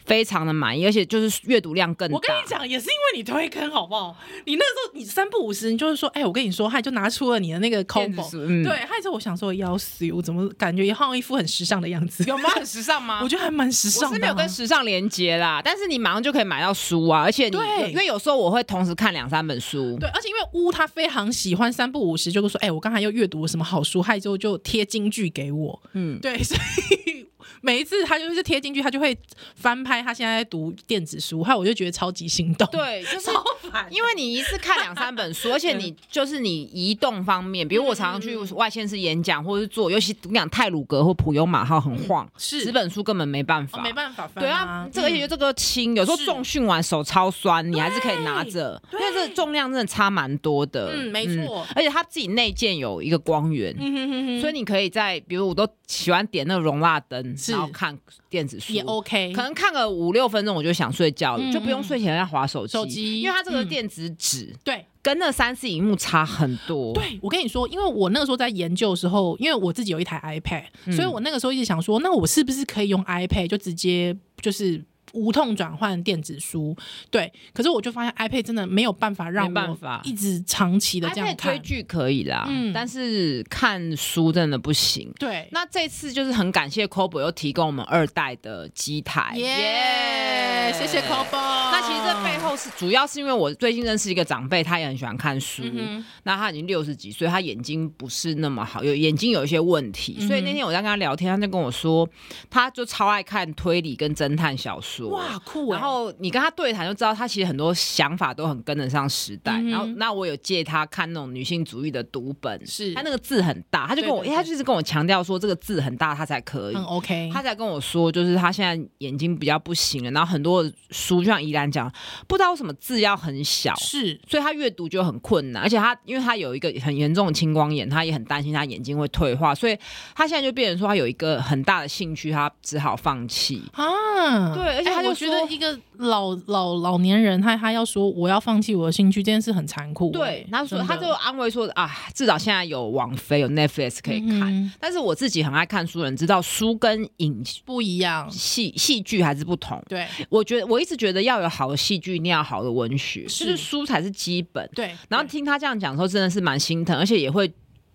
Speaker 2: 非常的满意，而且就是阅读量更大。
Speaker 1: 我跟你，讲，也是因为你推坑，好不好？你那时候你三不五时，你就是说，哎、我跟你说，嗨，就拿出了你的那个
Speaker 2: 电子
Speaker 1: combo，、
Speaker 2: 书，嗯，
Speaker 1: 对，，害着我想说，要死，我怎么感觉好像一副很时尚的样 子？
Speaker 2: 有吗？很时尚吗
Speaker 1: 我？觉得还蛮时尚的啊、
Speaker 2: 我是没有跟时尚连接啦，但是你马上就可以买到书啊，而且你
Speaker 1: 对
Speaker 2: 因为有时候我会同时看两三本书，
Speaker 1: 对，而且因为乌他非常喜欢三不五时，就会说，哎、我刚才又阅读了什么好书，害之后就贴金句给我。
Speaker 2: 嗯，
Speaker 1: 对，所以每一次他就是贴金句，他就会翻拍他现在在读电子书，害我就觉得超级心动。，
Speaker 2: 对，就是
Speaker 1: 超烦。
Speaker 2: 因为你一次看两三 本书，而且你就是你移动方面，比如我常常去
Speaker 1: 嗯
Speaker 2: 外县市演讲，或者是做，尤其我跟你讲泰鲁格或普悠玛号很晃，
Speaker 1: 嗯是
Speaker 2: 纸本书根本没办
Speaker 1: 哦
Speaker 2: 法。
Speaker 1: 没办法翻、
Speaker 2: 对啊，这个而且
Speaker 1: 嗯
Speaker 2: 就这个轻，有时候
Speaker 1: 是
Speaker 2: 重训完手超酸，你还是可以拿着，因
Speaker 1: 对
Speaker 2: 为这重量真的差蛮多的。
Speaker 1: 嗯没错
Speaker 2: 而且它自己内建有一个光源，
Speaker 1: 嗯哼哼哼
Speaker 2: 所以你可以在，比如我都喜欢点那个容蜡灯，
Speaker 1: 是
Speaker 2: 然后看电子书
Speaker 1: 也 OK，
Speaker 2: 可能看个五六分钟我就想睡觉了，
Speaker 1: 嗯
Speaker 2: 就不用睡前要划手机，
Speaker 1: 手机
Speaker 2: 因为它这个
Speaker 1: 嗯
Speaker 2: 电子纸、
Speaker 1: 对。
Speaker 2: 跟那三 C 荧幕差很多。，
Speaker 1: 对，我跟你说，因为我那个时候在研究的时候，因为我自己有一台 iPad，、所
Speaker 2: 嗯
Speaker 1: 以我那个时候一直想说，那我是不是可以用 iPad 就直接就是无痛转换电子书？对，可是我就发现 iPad 真的没有办法让
Speaker 2: 没办
Speaker 1: 我
Speaker 2: 法
Speaker 1: 一直长期的这样
Speaker 2: iPad 追
Speaker 1: 看。
Speaker 2: 剧可以啦，
Speaker 1: 嗯
Speaker 2: 但是看书真的不行。
Speaker 1: 对，
Speaker 2: 嗯那这次就是很感谢 Kobo 又提供我们二代的机台，
Speaker 1: 耶、谢谢 Cobo。
Speaker 2: 那
Speaker 1: 那
Speaker 2: 其实这背后是主要是因为我最近认识一个长辈，他也很喜欢看书。
Speaker 1: 嗯
Speaker 2: 那他已经六十几岁，他眼睛不是那么好，有眼睛有一些问题。
Speaker 1: 嗯哼
Speaker 2: 所以那天我在跟他聊天，他就跟我说，他就超爱看推理跟侦探小说。
Speaker 1: 哇酷、欸，
Speaker 2: 然后你跟他对谈就知道，他其实很多想法都很跟得上时代。
Speaker 1: 嗯哼
Speaker 2: 然后，那我有借他看那种女性主义的读本，
Speaker 1: 是
Speaker 2: 他那个字很大，他就跟我，
Speaker 1: 对对对嗯
Speaker 2: 因为他就是跟我强调说这个字很大，他才可以。
Speaker 1: 很 OK，
Speaker 2: 他才跟我说，就是他现在眼睛比较不行了，然后很多书就像怡兰讲，不知道为什么字要很小，
Speaker 1: 是
Speaker 2: 所以他阅读就很困难，而且他因为他有一个很严重的青光眼，他也很担心他眼睛会退化，所以他现在就变成说他有一个很大的兴趣，他只好放弃。
Speaker 1: 啊，
Speaker 2: 对而且
Speaker 1: 哎
Speaker 2: 他就
Speaker 1: 我觉得
Speaker 2: 说
Speaker 1: 一个老老老年人，他他要说我要放弃我的兴趣，这件事很残酷、哎
Speaker 2: 对，他说他就
Speaker 1: 就
Speaker 2: 安慰说啊，至少现在有网飞有 Netflix 可以
Speaker 1: 嗯
Speaker 2: 看。但是我自己很爱看书的人知道，书跟影
Speaker 1: 不一样，
Speaker 2: 戏戏剧还是不同。
Speaker 1: 对
Speaker 2: 我觉得我一直觉得要有好的戏剧，一定要好的文学，
Speaker 1: 是
Speaker 2: 就是书才是基本。
Speaker 1: 对，
Speaker 2: 然后
Speaker 1: 对
Speaker 2: 听他这样讲的时候，真的是蛮心疼，而且也会。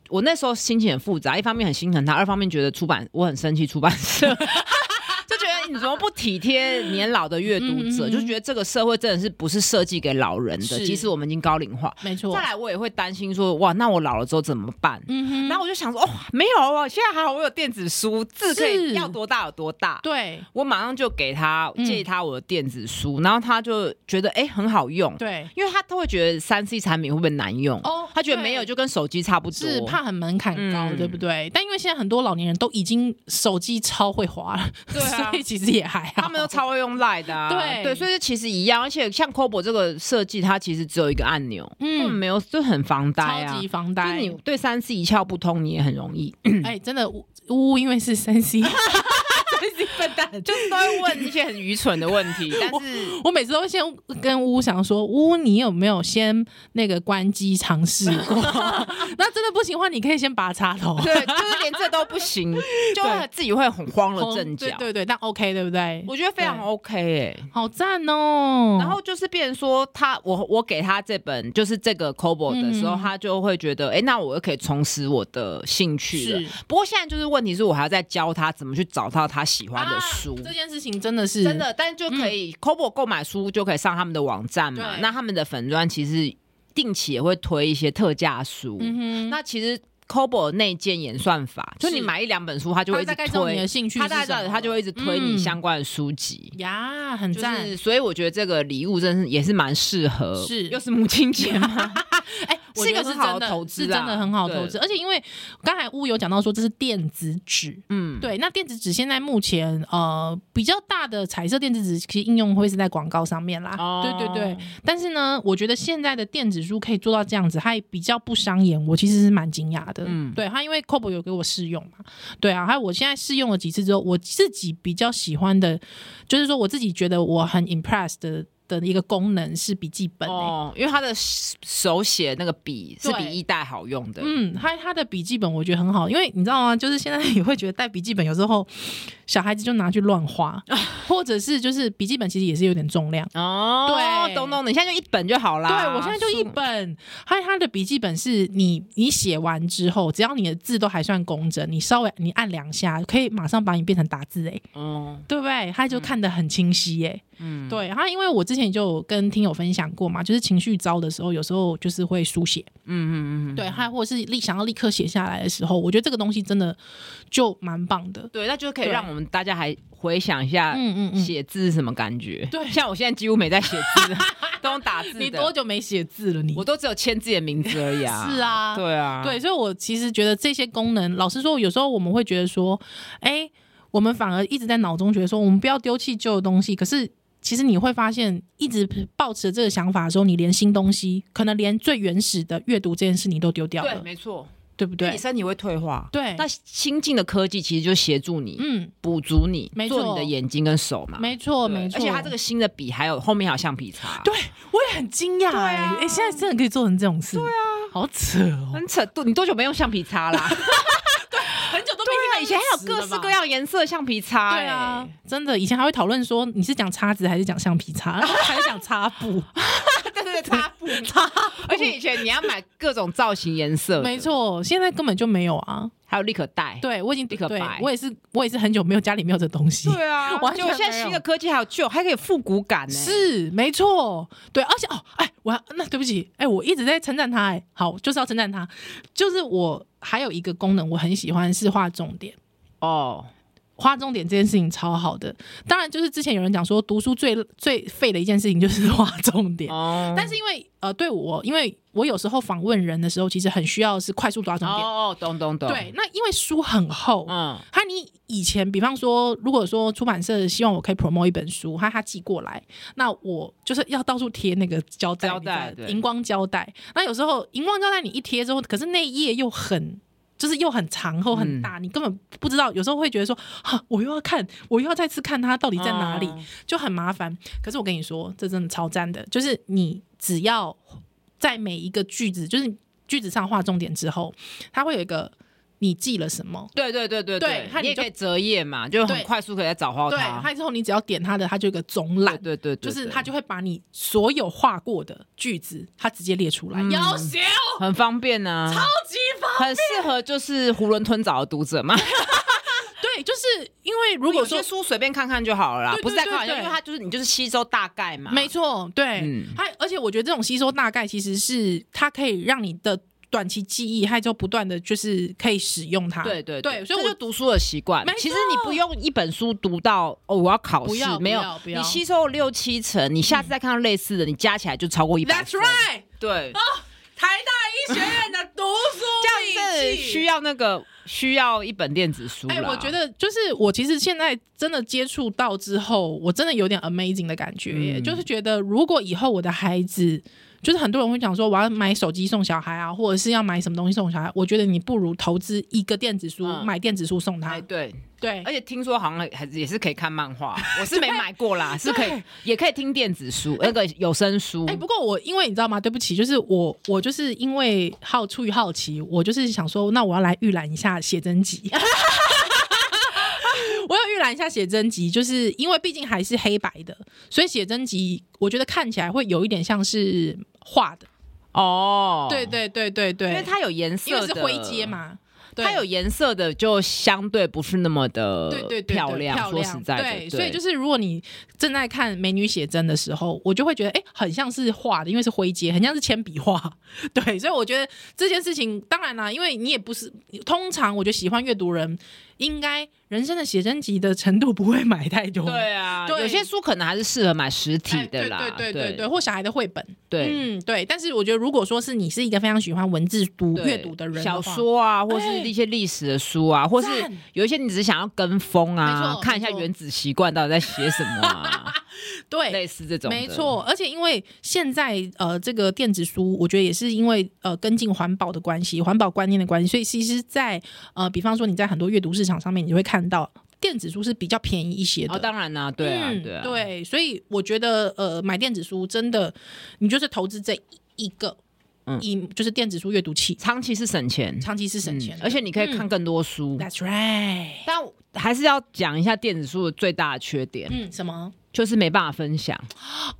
Speaker 2: 我那时候心情很复杂，一方面很心疼他，二方面觉得出版我很生气出版 社，就觉得你怎么不体贴年老的阅读
Speaker 1: 嗯
Speaker 2: 者，
Speaker 1: 嗯嗯
Speaker 2: 就觉得这个社会真的是不是设计给老人的，
Speaker 1: 是
Speaker 2: 即使我们已经高龄化。
Speaker 1: 没错
Speaker 2: 再，来，我也会担心说，哇，那我老了之后怎么办？
Speaker 1: 嗯哼
Speaker 2: 然后我就想说，哦，没有啊，现在还好，我有电子书，字可以
Speaker 1: 是
Speaker 2: 要多大有多大。
Speaker 1: 对
Speaker 2: 我马上就给他
Speaker 1: 嗯
Speaker 2: 借他我的电子书，然后他就觉得哎、很好用，
Speaker 1: 对，
Speaker 2: 因为他都会觉得三 C 产品会不会难用？
Speaker 1: 哦
Speaker 2: 他觉得没有就跟手机差不多，
Speaker 1: 是怕很门槛高，
Speaker 2: 嗯
Speaker 1: 对不对？但因为现在很多老年人都已经手机超会滑了，
Speaker 2: 对啊
Speaker 1: 所以其实也还好。
Speaker 2: 他们都超会用 Line 的、啊，
Speaker 1: 对
Speaker 2: 对，所以其实一样，而且像 Kobo 这个设计，它其实只有一个按钮，嗯，
Speaker 1: 嗯，
Speaker 2: 没有，就很防呆啊
Speaker 1: 超。级防
Speaker 2: 就是
Speaker 1: 呆，
Speaker 2: 你对 三 C 一窍不通，你也很容易
Speaker 1: 哎，真的，呜呜，因为是三 C，三 C
Speaker 2: 笨蛋，就是都会问一些很愚蠢的问题，但是
Speaker 1: 我每次都会先跟乌想说，乌你有没有先那个关机尝试 过？那真的不行的话，你可以先拔插 头。
Speaker 2: 对，就是连这都不行，就会
Speaker 1: 对
Speaker 2: 自己会很慌了阵脚
Speaker 1: 哦对。对对，但 OK 对不对？
Speaker 2: 我觉得非常
Speaker 1: 对
Speaker 2: OK 哎、
Speaker 1: 好赞哦！
Speaker 2: 然后就是变成说他，我我给他这本就是这个 Cobo 的时候，
Speaker 1: 嗯
Speaker 2: 他就会觉得，哎、那我又可以重拾我的兴趣了
Speaker 1: 是。
Speaker 2: 不过现在就是问题是我还要再教他怎么去找到他喜欢的书。嗯
Speaker 1: 啊这件事情真的是
Speaker 2: 真的，但就可以、Kobo 购买书就可以上他们的网站嘛。
Speaker 1: 对
Speaker 2: 那他们的粉砖其实定期也会推一些特价书。
Speaker 1: 嗯哼，
Speaker 2: 那其实 Kobo 内建演算法，就你
Speaker 1: 是
Speaker 2: 买一两本书，他就会
Speaker 1: 他大
Speaker 2: 一直
Speaker 1: 概知道你的
Speaker 2: 推，
Speaker 1: 兴趣是
Speaker 2: 他
Speaker 1: 什么
Speaker 2: 大
Speaker 1: 了，
Speaker 2: 概知道，他就会一直推你
Speaker 1: 嗯
Speaker 2: 相关的书籍。
Speaker 1: 呀，很
Speaker 2: 就
Speaker 1: 赞。
Speaker 2: 是，所以我觉得这个礼物真是也是蛮适合，
Speaker 1: 是
Speaker 2: 又是母亲节嘛，
Speaker 1: 哎、我觉得
Speaker 2: 是
Speaker 1: 真
Speaker 2: 一个很好的
Speaker 1: 的
Speaker 2: 投资啊
Speaker 1: 是真的很好的投资。而且因为刚才乌有讲到说这是电子纸，
Speaker 2: 嗯，
Speaker 1: 对，那电子纸现在目前呃比较大的彩色电子纸，其实应用会是在广告上面啦。
Speaker 2: 哦
Speaker 1: 对对对，但是呢，我觉得现在的电子书可以做到这样子，它也比较不伤眼，我其实是蛮惊讶的。
Speaker 2: 嗯
Speaker 1: 嗯，对，它因为 c o b o 有给我试用嘛，对啊，还有我现在试用了几次之后，我自己比较喜欢的，就是说我自己觉得我很 impressed 的的一个功能是笔记本、欸。
Speaker 2: 哦，因为他的手写那个笔是比
Speaker 1: 对
Speaker 2: 一代好用的，
Speaker 1: 嗯，他他的笔记本我觉得很好，因为你知道吗？就是现在也会觉得带笔记本有时候小孩子就拿去乱花， 或者是就是笔记本其实也是有点重量。
Speaker 2: 哦，
Speaker 1: 对
Speaker 2: 懂懂，你现在就一本就好啦。
Speaker 1: 对，我现在就一本，还有他的笔记本是你你写完之后，只要你的字都还算工整，你稍微你按两下，可以马上把你变成打字哎、
Speaker 2: 嗯
Speaker 1: 对不对？他就看得很清晰哎、
Speaker 2: 嗯，
Speaker 1: 对，然后因为我之前就有跟听友分享过嘛，就是情绪糟的时候，有时候就是会书写，
Speaker 2: 嗯嗯嗯嗯，
Speaker 1: 对，还或是立想要立刻写下来的时候，我觉得这个东西真的就蛮棒的。
Speaker 2: 对，那就可以
Speaker 1: 对
Speaker 2: 让我们大家还回想一下
Speaker 1: 嗯嗯嗯，
Speaker 2: 啊写字是什么感觉。
Speaker 1: 对
Speaker 2: 像我现在几乎没在写 字，都用打字的，
Speaker 1: 你多久没写字了你？
Speaker 2: 我都只有签自己的名字而已啊。
Speaker 1: 是啊
Speaker 2: 对啊，
Speaker 1: 对，所以我其实觉得这些功能，老实说，有时候我们会觉得说，哎，我们反而一直在脑中觉得说，我们不要丢弃旧的东西，可是。其实你会发现，一直抱持这个想法的时候，你连新东西，可能连最原始的阅读这件事，你都丢掉了，
Speaker 2: 对，
Speaker 1: 对
Speaker 2: 没错，
Speaker 1: 不
Speaker 2: 因为你
Speaker 1: 对？
Speaker 2: 身体会退化。
Speaker 1: 对，
Speaker 2: 那新进的科技其实就协助你
Speaker 1: 嗯，
Speaker 2: 补足你，
Speaker 1: 没
Speaker 2: 做
Speaker 1: 错
Speaker 2: 你的眼睛跟手嘛。
Speaker 1: 没错，
Speaker 2: 对
Speaker 1: 没错。
Speaker 2: 而且它这个新的笔还有后面还有橡皮擦，
Speaker 1: 对，我也很惊讶、
Speaker 2: 啊
Speaker 1: 哎、哎、现在真的可以做成这种事，对啊，好扯哦，
Speaker 2: 很扯。多你多久没用橡皮 擦啦？
Speaker 1: 很久都
Speaker 2: 对啊，以前还有各式各。样颜色哎的橡皮擦、
Speaker 1: 对啊，真的，以前还会讨论说你是讲叉子还是讲橡皮擦， 然后还是讲擦 布，
Speaker 2: 哎， 对对对，擦布擦。而且以前你要买各种造型颜色，
Speaker 1: 没，错，现在根本就没有啊。
Speaker 2: 还有立可带。
Speaker 1: 对我已经
Speaker 2: 立刻
Speaker 1: 对
Speaker 2: 摆
Speaker 1: 我也是，我也是很久没有家里没有这东西。
Speaker 2: 啊
Speaker 1: 完全
Speaker 2: 就现在
Speaker 1: 没有
Speaker 2: 新的科技还有旧，还可以复古感呢、
Speaker 1: 是没错，对，而且哦，哎，我要那对不起，哎，我一直在称赞他，哎，好，就是要称赞他，就是我还有一个功能我很喜欢是画重点。
Speaker 2: 哦，
Speaker 1: 划重点这件事情超好的，当然就是之前有人讲说读书最最废的一件事情就是划重点，
Speaker 2: 哦
Speaker 1: 但是因为呃对我，因为我有时候访问人的时候，其实很需要是快速抓重点。
Speaker 2: 哦，懂懂懂，
Speaker 1: 对，，那因为书很厚，
Speaker 2: 嗯，
Speaker 1: 他你以前比方说，如果说出版社希望我可以 promote 一本书，他他寄过来，那我就是要到处贴那个胶带，
Speaker 2: 胶带
Speaker 1: 你知道
Speaker 2: 对
Speaker 1: 荧光胶带。那有时候荧光胶带你一贴之后，可是那一页又很。就是又很长厚很大，
Speaker 2: 嗯
Speaker 1: 你根本不知道，有时候会觉得说，哈、我又要看，我又要再次看它到底在哪里，
Speaker 2: 嗯
Speaker 1: 就很麻烦。可是我跟你说，这真的超赞的，就是你只要在每一个句子，就是句子上画重点之后，它会有一个你记了什么，
Speaker 2: 对对对对
Speaker 1: 对它
Speaker 2: 你
Speaker 1: 你
Speaker 2: 也
Speaker 1: 就
Speaker 2: 可以折页嘛，就很
Speaker 1: 对
Speaker 2: 快速可以再找到
Speaker 1: 对，
Speaker 2: 它。
Speaker 1: 它之后你只要点它的，它就有一个总览，
Speaker 2: 对对对，
Speaker 1: 就是
Speaker 2: 对
Speaker 1: 它就会把你所有画过的句子，它直接列出来。
Speaker 2: 嗯
Speaker 1: 要写哦，
Speaker 2: 很方便呢、啊，
Speaker 1: 超级棒！
Speaker 2: 很适合就是囫囵吞枣的读者嘛。
Speaker 1: 对，就是因为如
Speaker 2: 如果
Speaker 1: 果
Speaker 2: 说
Speaker 1: 说。
Speaker 2: 书随便看看就好了啦，
Speaker 1: 对对
Speaker 2: 不是在开玩笑，
Speaker 1: 对
Speaker 2: 因
Speaker 1: 对
Speaker 2: 为它就是你就是吸收大概嘛。
Speaker 1: 没错，对
Speaker 2: 啊嗯，
Speaker 1: 它、而且我觉得这种吸收大概其实是它可以让你的短期记忆，还就不断的就是可以使用它。
Speaker 2: 对对
Speaker 1: 对，所以
Speaker 2: 这
Speaker 1: 我
Speaker 2: 就读书的习惯
Speaker 1: 没。错
Speaker 2: 其实你不用一本书读到哦，我要考
Speaker 1: 不
Speaker 2: 试
Speaker 1: 要，
Speaker 2: 没
Speaker 1: 不要
Speaker 2: 有，
Speaker 1: 不要
Speaker 2: 你吸收了六七成，你下次再看到类似的，你加起来就超过一百
Speaker 1: That's
Speaker 2: 分。
Speaker 1: right，
Speaker 2: 对，
Speaker 1: 台大医学院的读书
Speaker 2: 这样子需
Speaker 1: 要。
Speaker 2: 要那个需要一本电子书啦。
Speaker 1: 哎、我觉得就是我其实现在真的接触到之后，我真的有点 amazing 的感觉耶，
Speaker 2: 嗯
Speaker 1: 就是觉得如果以后我的孩子就是很多人会讲说我要买手机送小孩啊，或者是要买什么东西送小孩，我觉得你不如投资一个电子书，
Speaker 2: 嗯
Speaker 1: 买电子书送他
Speaker 2: 哎，。对，
Speaker 1: 对
Speaker 2: 而，且听说好像还也是可以看 漫画，我是没买过啦，是可以，也可以听电子书，那个有声书
Speaker 1: 哎哎、。不过我因为你知道吗？对不起，就是我我就是因为好出于好奇，我就是想说，那我要来预览一下写真集。 我要预览一下写真集，就是因为毕竟还是黑白的，所以写真集我觉得看起来会有一点像是画的。
Speaker 2: 哦，
Speaker 1: 对，对对对对，
Speaker 2: 因为它有颜
Speaker 1: 因
Speaker 2: 色
Speaker 1: 为
Speaker 2: 的，
Speaker 1: 是灰阶。嘛，对
Speaker 2: 它有颜色的就相对不是那么的
Speaker 1: 对对对对
Speaker 2: 呃漂亮，
Speaker 1: 漂
Speaker 2: 说
Speaker 1: 亮
Speaker 2: 实在的，
Speaker 1: 对，所以就是如果你正在看美女写真的时候，我就会觉得哎、诶很像是画的，因为是灰阶，很像是铅笔画。 对，所以我觉得这件事情，当然啦，因为你也不是通常，我觉得喜欢阅读人，应该人生的写真集的程度不会买太多。
Speaker 2: 对啊，
Speaker 1: 对
Speaker 2: 有些书可能还是适合买实 体
Speaker 1: 哎。
Speaker 2: 的啦，
Speaker 1: 对对对
Speaker 2: 对
Speaker 1: 对对，或小孩的绘本，
Speaker 2: 对
Speaker 1: 嗯，对。但是我觉得，如果说是你是一个非常喜欢文字读
Speaker 2: 对
Speaker 1: 阅读的人的
Speaker 2: 小
Speaker 1: 话，
Speaker 2: 说啊，或是
Speaker 1: 哎
Speaker 2: 一些历史的书啊，或是
Speaker 1: 赞
Speaker 2: 有一些你只是想要跟风
Speaker 1: 没
Speaker 2: 啊，
Speaker 1: 错
Speaker 2: 看一下
Speaker 1: 没
Speaker 2: 《
Speaker 1: 错
Speaker 2: 原子习惯》到底在写什 么啊，
Speaker 1: 对，
Speaker 2: 类似这种，
Speaker 1: 没。错，而且因为现在呃，这个电子书，我觉得也是因为呃跟进环保的关系、环保观念的关系，所以其实在，呃，比方说你在很多阅读市场上面，你就会看到电子书是比较便宜一些的。
Speaker 2: 哦，当然啦、对啊，
Speaker 1: 嗯
Speaker 2: 对啊，
Speaker 1: 对，所以我觉得呃，买电子书真的，你就是投资这一个，
Speaker 2: 嗯
Speaker 1: 一就是电子书阅读器，
Speaker 2: 长期是省钱，
Speaker 1: 长期是省钱
Speaker 2: 嗯
Speaker 1: 的、
Speaker 2: 而且你可以看更多书。
Speaker 1: That's right。
Speaker 2: 但还是要讲一下电子书的最大的缺点，
Speaker 1: 嗯，什么
Speaker 2: 就是没办法分享。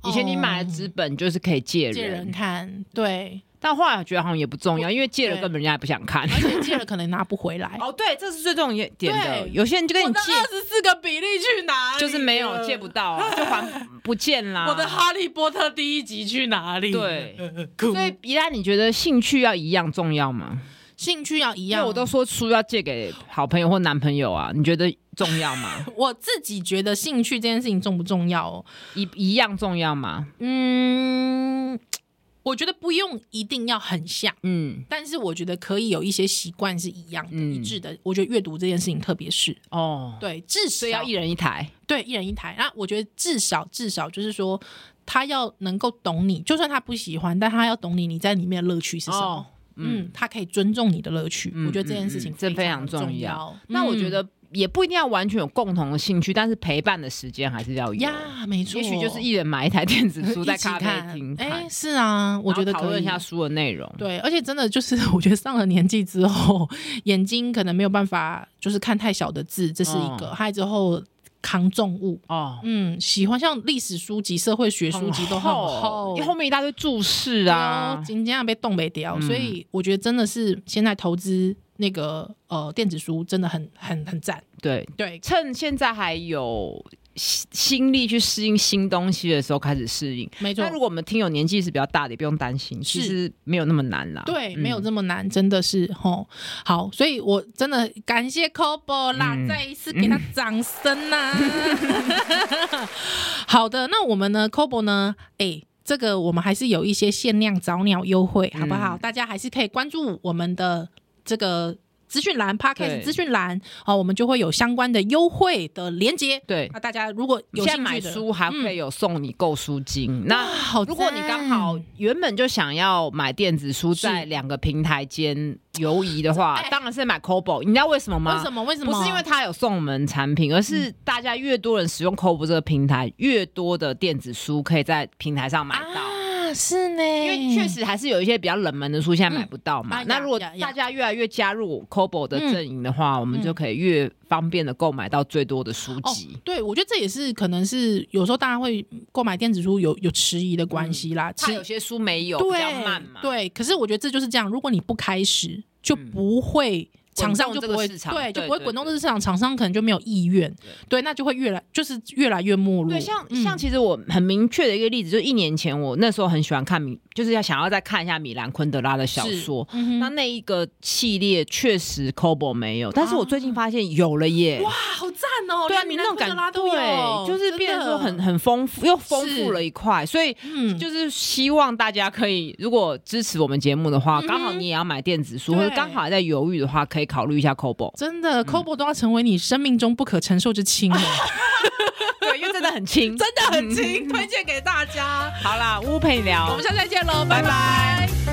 Speaker 2: 以前你买了纸本就是可以借人，
Speaker 1: 哦借人看？对，
Speaker 2: 但后来我觉得好像也不重要，因为借了
Speaker 1: 对
Speaker 2: 根本人家也不想 看。。
Speaker 1: 而且借了可能拿不回来
Speaker 2: 哦，对，这是最重要点的。
Speaker 1: 对
Speaker 2: 有些人就跟
Speaker 1: 我
Speaker 2: 你
Speaker 1: 那
Speaker 2: 借，
Speaker 1: 二十四个比例去哪里了？
Speaker 2: 就是没有借不到啊，就还不见啦。
Speaker 1: 我的《哈利波特》第一集去哪里？
Speaker 2: 对，
Speaker 1: 所
Speaker 2: 所以
Speaker 1: 以
Speaker 2: 宜兰，你觉得兴趣要一样重要吗？
Speaker 1: 兴趣要一
Speaker 2: 因
Speaker 1: 样。
Speaker 2: 为我都说书要借给好朋友或男朋友啊，你觉得重要吗？
Speaker 1: 我自己觉得兴趣这件事情重不重要哦？
Speaker 2: 一一样重要吗？
Speaker 1: 嗯，我觉得不用一定要很像，
Speaker 2: 嗯，
Speaker 1: 但是我觉得可以有一些习惯是一样的、
Speaker 2: 嗯
Speaker 1: 一致的。我觉得阅读这件事情特别是
Speaker 2: 哦，
Speaker 1: 对，至少
Speaker 2: 所以要一人一台。
Speaker 1: 对一人一台。那我觉得至少至少就是说。他要能够懂你，就算他不喜欢，但他要懂你，你在里面的乐趣是什么？
Speaker 2: 哦
Speaker 1: 嗯，他可以尊重你的乐趣。
Speaker 2: 嗯
Speaker 1: 我觉得这件事
Speaker 2: 嗯
Speaker 1: 情
Speaker 2: 嗯这非常
Speaker 1: 重
Speaker 2: 重要
Speaker 1: 要
Speaker 2: 那我觉
Speaker 1: 嗯
Speaker 2: 得也不一定要完全有共同的兴趣，但是陪伴的时间还是要有。
Speaker 1: 呀，没错，
Speaker 2: 也许就是一人买一台电子 书，
Speaker 1: 一
Speaker 2: 在
Speaker 1: 起
Speaker 2: 咖啡
Speaker 1: 看
Speaker 2: 厅看，
Speaker 1: 哎，是啊，我觉得
Speaker 2: 然后讨
Speaker 1: 可
Speaker 2: 论
Speaker 1: 以
Speaker 2: 一。下书的内容。
Speaker 1: 对，而且真的就是， 我觉得上了年纪之后，眼睛可能没有办法，就是看太小的字，这是一
Speaker 2: 嗯
Speaker 1: 个。还有之后扛重物，
Speaker 2: 哦，
Speaker 1: 嗯，喜欢像历史书籍、社会学书籍都很厚
Speaker 2: 因为，后面一大堆注释
Speaker 1: 然后
Speaker 2: 啊。
Speaker 1: 今天被冻没掉，
Speaker 2: 嗯
Speaker 1: 所以我觉得真的是现在投资那个呃电子书真的很很很赞。
Speaker 2: 对，
Speaker 1: 对，
Speaker 2: 趁现在还有心心力去适应新东西的时候开始适应。
Speaker 1: 没错
Speaker 2: 那。如果我们听友年纪是比较大的，也不用担心，其实没有那么难啦。
Speaker 1: 对，
Speaker 2: 嗯
Speaker 1: 没有这么难，真的是吼好，所以我真的感谢 Cobo 啦，
Speaker 2: 嗯
Speaker 1: 再一次给他掌声呐、 好的，那我们呢，Cobo 呢，哎、这个我们还是有一些限量早鸟优惠，好不好？
Speaker 2: 嗯
Speaker 1: 大家还是可以关注我们的这个资讯栏 p o d c a s
Speaker 2: 对
Speaker 1: t 资讯栏哦，我们就会有相关的优惠的连接。
Speaker 2: 对，
Speaker 1: 那大家如果有
Speaker 2: 现在
Speaker 1: 兴
Speaker 2: 买
Speaker 1: 趣的，嗯
Speaker 2: 书还可以有送你购书金。那
Speaker 1: 啊好赞，
Speaker 2: 如果你刚好原本就想要买电子书，
Speaker 1: 是
Speaker 2: 在两个平台间游移的话
Speaker 1: 哎，
Speaker 2: 当然是买 Kobo。你知道为什么吗？
Speaker 1: 为什么为什么嗯
Speaker 2: 不是因为它有送我们产品，而是大家越多人使用 Kobo 这个平台，越多的电子书可以在平台上买到。
Speaker 1: 啊，是呢，
Speaker 2: 因为确实还是有一些比较冷门的书现在买不到
Speaker 1: 嗯
Speaker 2: 嘛。
Speaker 1: 啊
Speaker 2: 那
Speaker 1: 呀
Speaker 2: 如果
Speaker 1: 呀嗯呀
Speaker 2: 大家越来越加入 Kobo 的阵营的话，我们就可以越方便的购买到最多的书籍。
Speaker 1: 哦对，我觉得这也是可能是有时候大家会购买电子书有有迟疑的关系啦，
Speaker 2: 它
Speaker 1: 迟、
Speaker 2: 嗯有些书没有，比较慢嘛
Speaker 1: 对。对，可是我觉得这就是这样，如果你不开始，就不会。厂商就不
Speaker 2: 嗯滚动这个
Speaker 1: 会
Speaker 2: 市场
Speaker 1: 对，就
Speaker 2: 对
Speaker 1: 不会
Speaker 2: 对
Speaker 1: 滚动这个市场，厂商可能就没有意愿，对，那就会越来就是越来越没落。
Speaker 2: 对，像
Speaker 1: 嗯
Speaker 2: 像其实我很明确的一个例子，就是一年前我那时候很喜欢看米，就是要想要再看一下米兰昆德拉的小
Speaker 1: 是
Speaker 2: 说。
Speaker 1: 嗯哼
Speaker 2: 那那一个系列确实 Kobo 没有，但是我最近发现有了耶！
Speaker 1: 啊哇，好赞哦！
Speaker 2: 对啊，
Speaker 1: 连米
Speaker 2: 你那
Speaker 1: 兰昆
Speaker 2: 种感
Speaker 1: 德拉都
Speaker 2: 对，
Speaker 1: 有，
Speaker 2: 就是变得
Speaker 1: 得
Speaker 2: 说很很丰富，又丰富
Speaker 1: 是
Speaker 2: 了一块，所以
Speaker 1: 嗯，
Speaker 2: 就是希望大家可以，如果支持我们节目的话，
Speaker 1: 嗯哼
Speaker 2: 刚好你也要买电子书，
Speaker 1: 对
Speaker 2: 或者刚好还在犹豫的话，可以 考虑一下 Kobo。
Speaker 1: 哦真的 c o b o 都要成为你生命中不可承受之轻了。
Speaker 2: 对， 因为真的很轻，嗯
Speaker 1: 真的很轻，推荐给大家。
Speaker 2: 好啦，屋陪你聊，
Speaker 1: 我们下次再见喽，
Speaker 2: 拜
Speaker 1: 拜拜
Speaker 2: 拜